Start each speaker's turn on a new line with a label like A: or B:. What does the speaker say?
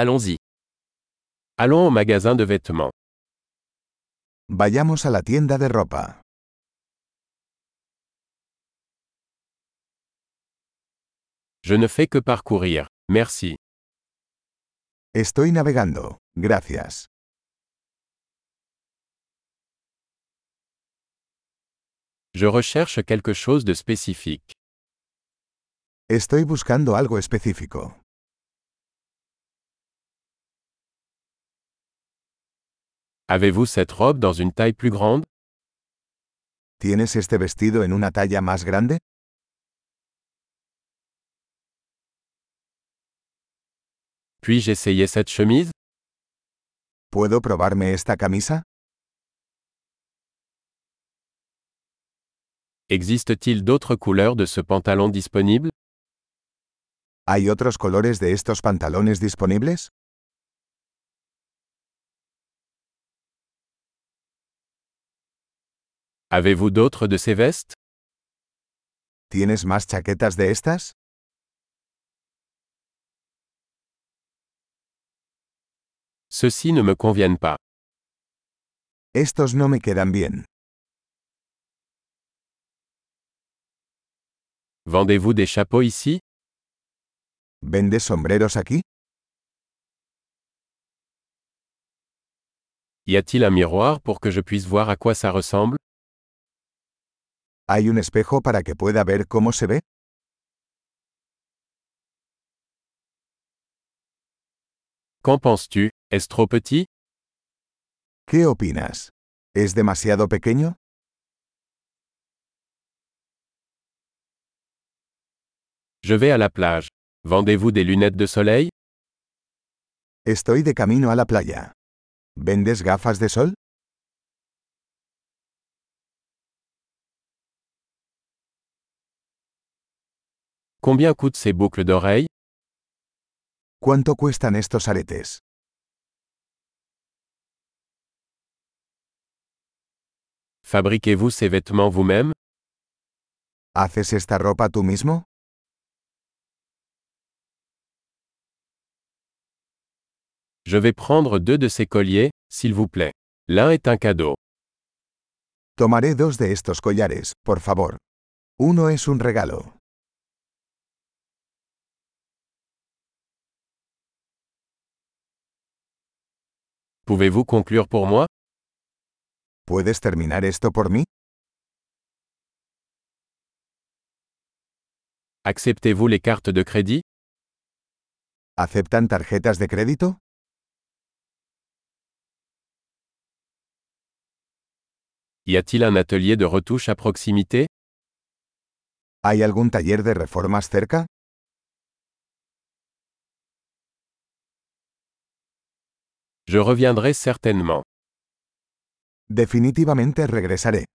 A: Allons-y. Allons au magasin de vêtements.
B: Vayamos a la tienda de ropa.
A: Je ne fais que parcourir. Merci.
B: Estoy navegando. Gracias.
A: Je recherche quelque chose de spécifique.
B: Estoy buscando algo específico.
A: Avez-vous cette robe dans une taille plus grande
B: ¿Tienes este vestido en una talla más grande?
A: Puis-je essayer cette chemise
B: ¿Puedo probarme esta camisa?
A: Existe-t-il d'autres couleurs de ce pantalon disponible
B: ¿Hay otros colores de estos pantalones disponibles?
A: Avez-vous d'autres de ces vestes
B: ¿Tienes más chaquetas de estas?
A: Ceux-ci ne me conviennent pas.
B: Estos no me quedan bien.
A: Vendez-vous des chapeaux ici
B: ¿Vendes sombreros aquí?
A: Y a-t-il un miroir pour que je puisse voir à quoi ça ressemble
B: ¿Hay un espejo para que pueda ver cómo se ve?
A: Qu'en penses-tu Est-ce trop petit
B: ¿Qué opinas? ¿Es demasiado pequeño?
A: Je vais à la plage. Vendez-vous des lunettes de soleil
B: Estoy de camino a la playa. ¿Vendes gafas de sol?
A: Combien coûtent ces boucles d'oreilles
B: ¿Cuánto cuestan estos aretes?
A: Fabriquez-vous ces vêtements vous-même
B: ¿Haces esta ropa tú mismo?
A: Je vais prendre deux de ces colliers, s'il vous plaît. L'un est un cadeau.
B: Tomaré dos de estos collares, por favor. Uno es un regalo.
A: Pouvez-vous conclure pour moi
B: ¿Puedes terminar esto por mí?
A: Acceptez-vous les cartes de crédit
B: ¿Aceptan tarjetas de crédito?
A: Y a-t-il un atelier de retouche à proximité
B: ¿Hay algún taller de reformas cerca?
A: Je reviendrai certainement.
B: Definitivamente regresaré.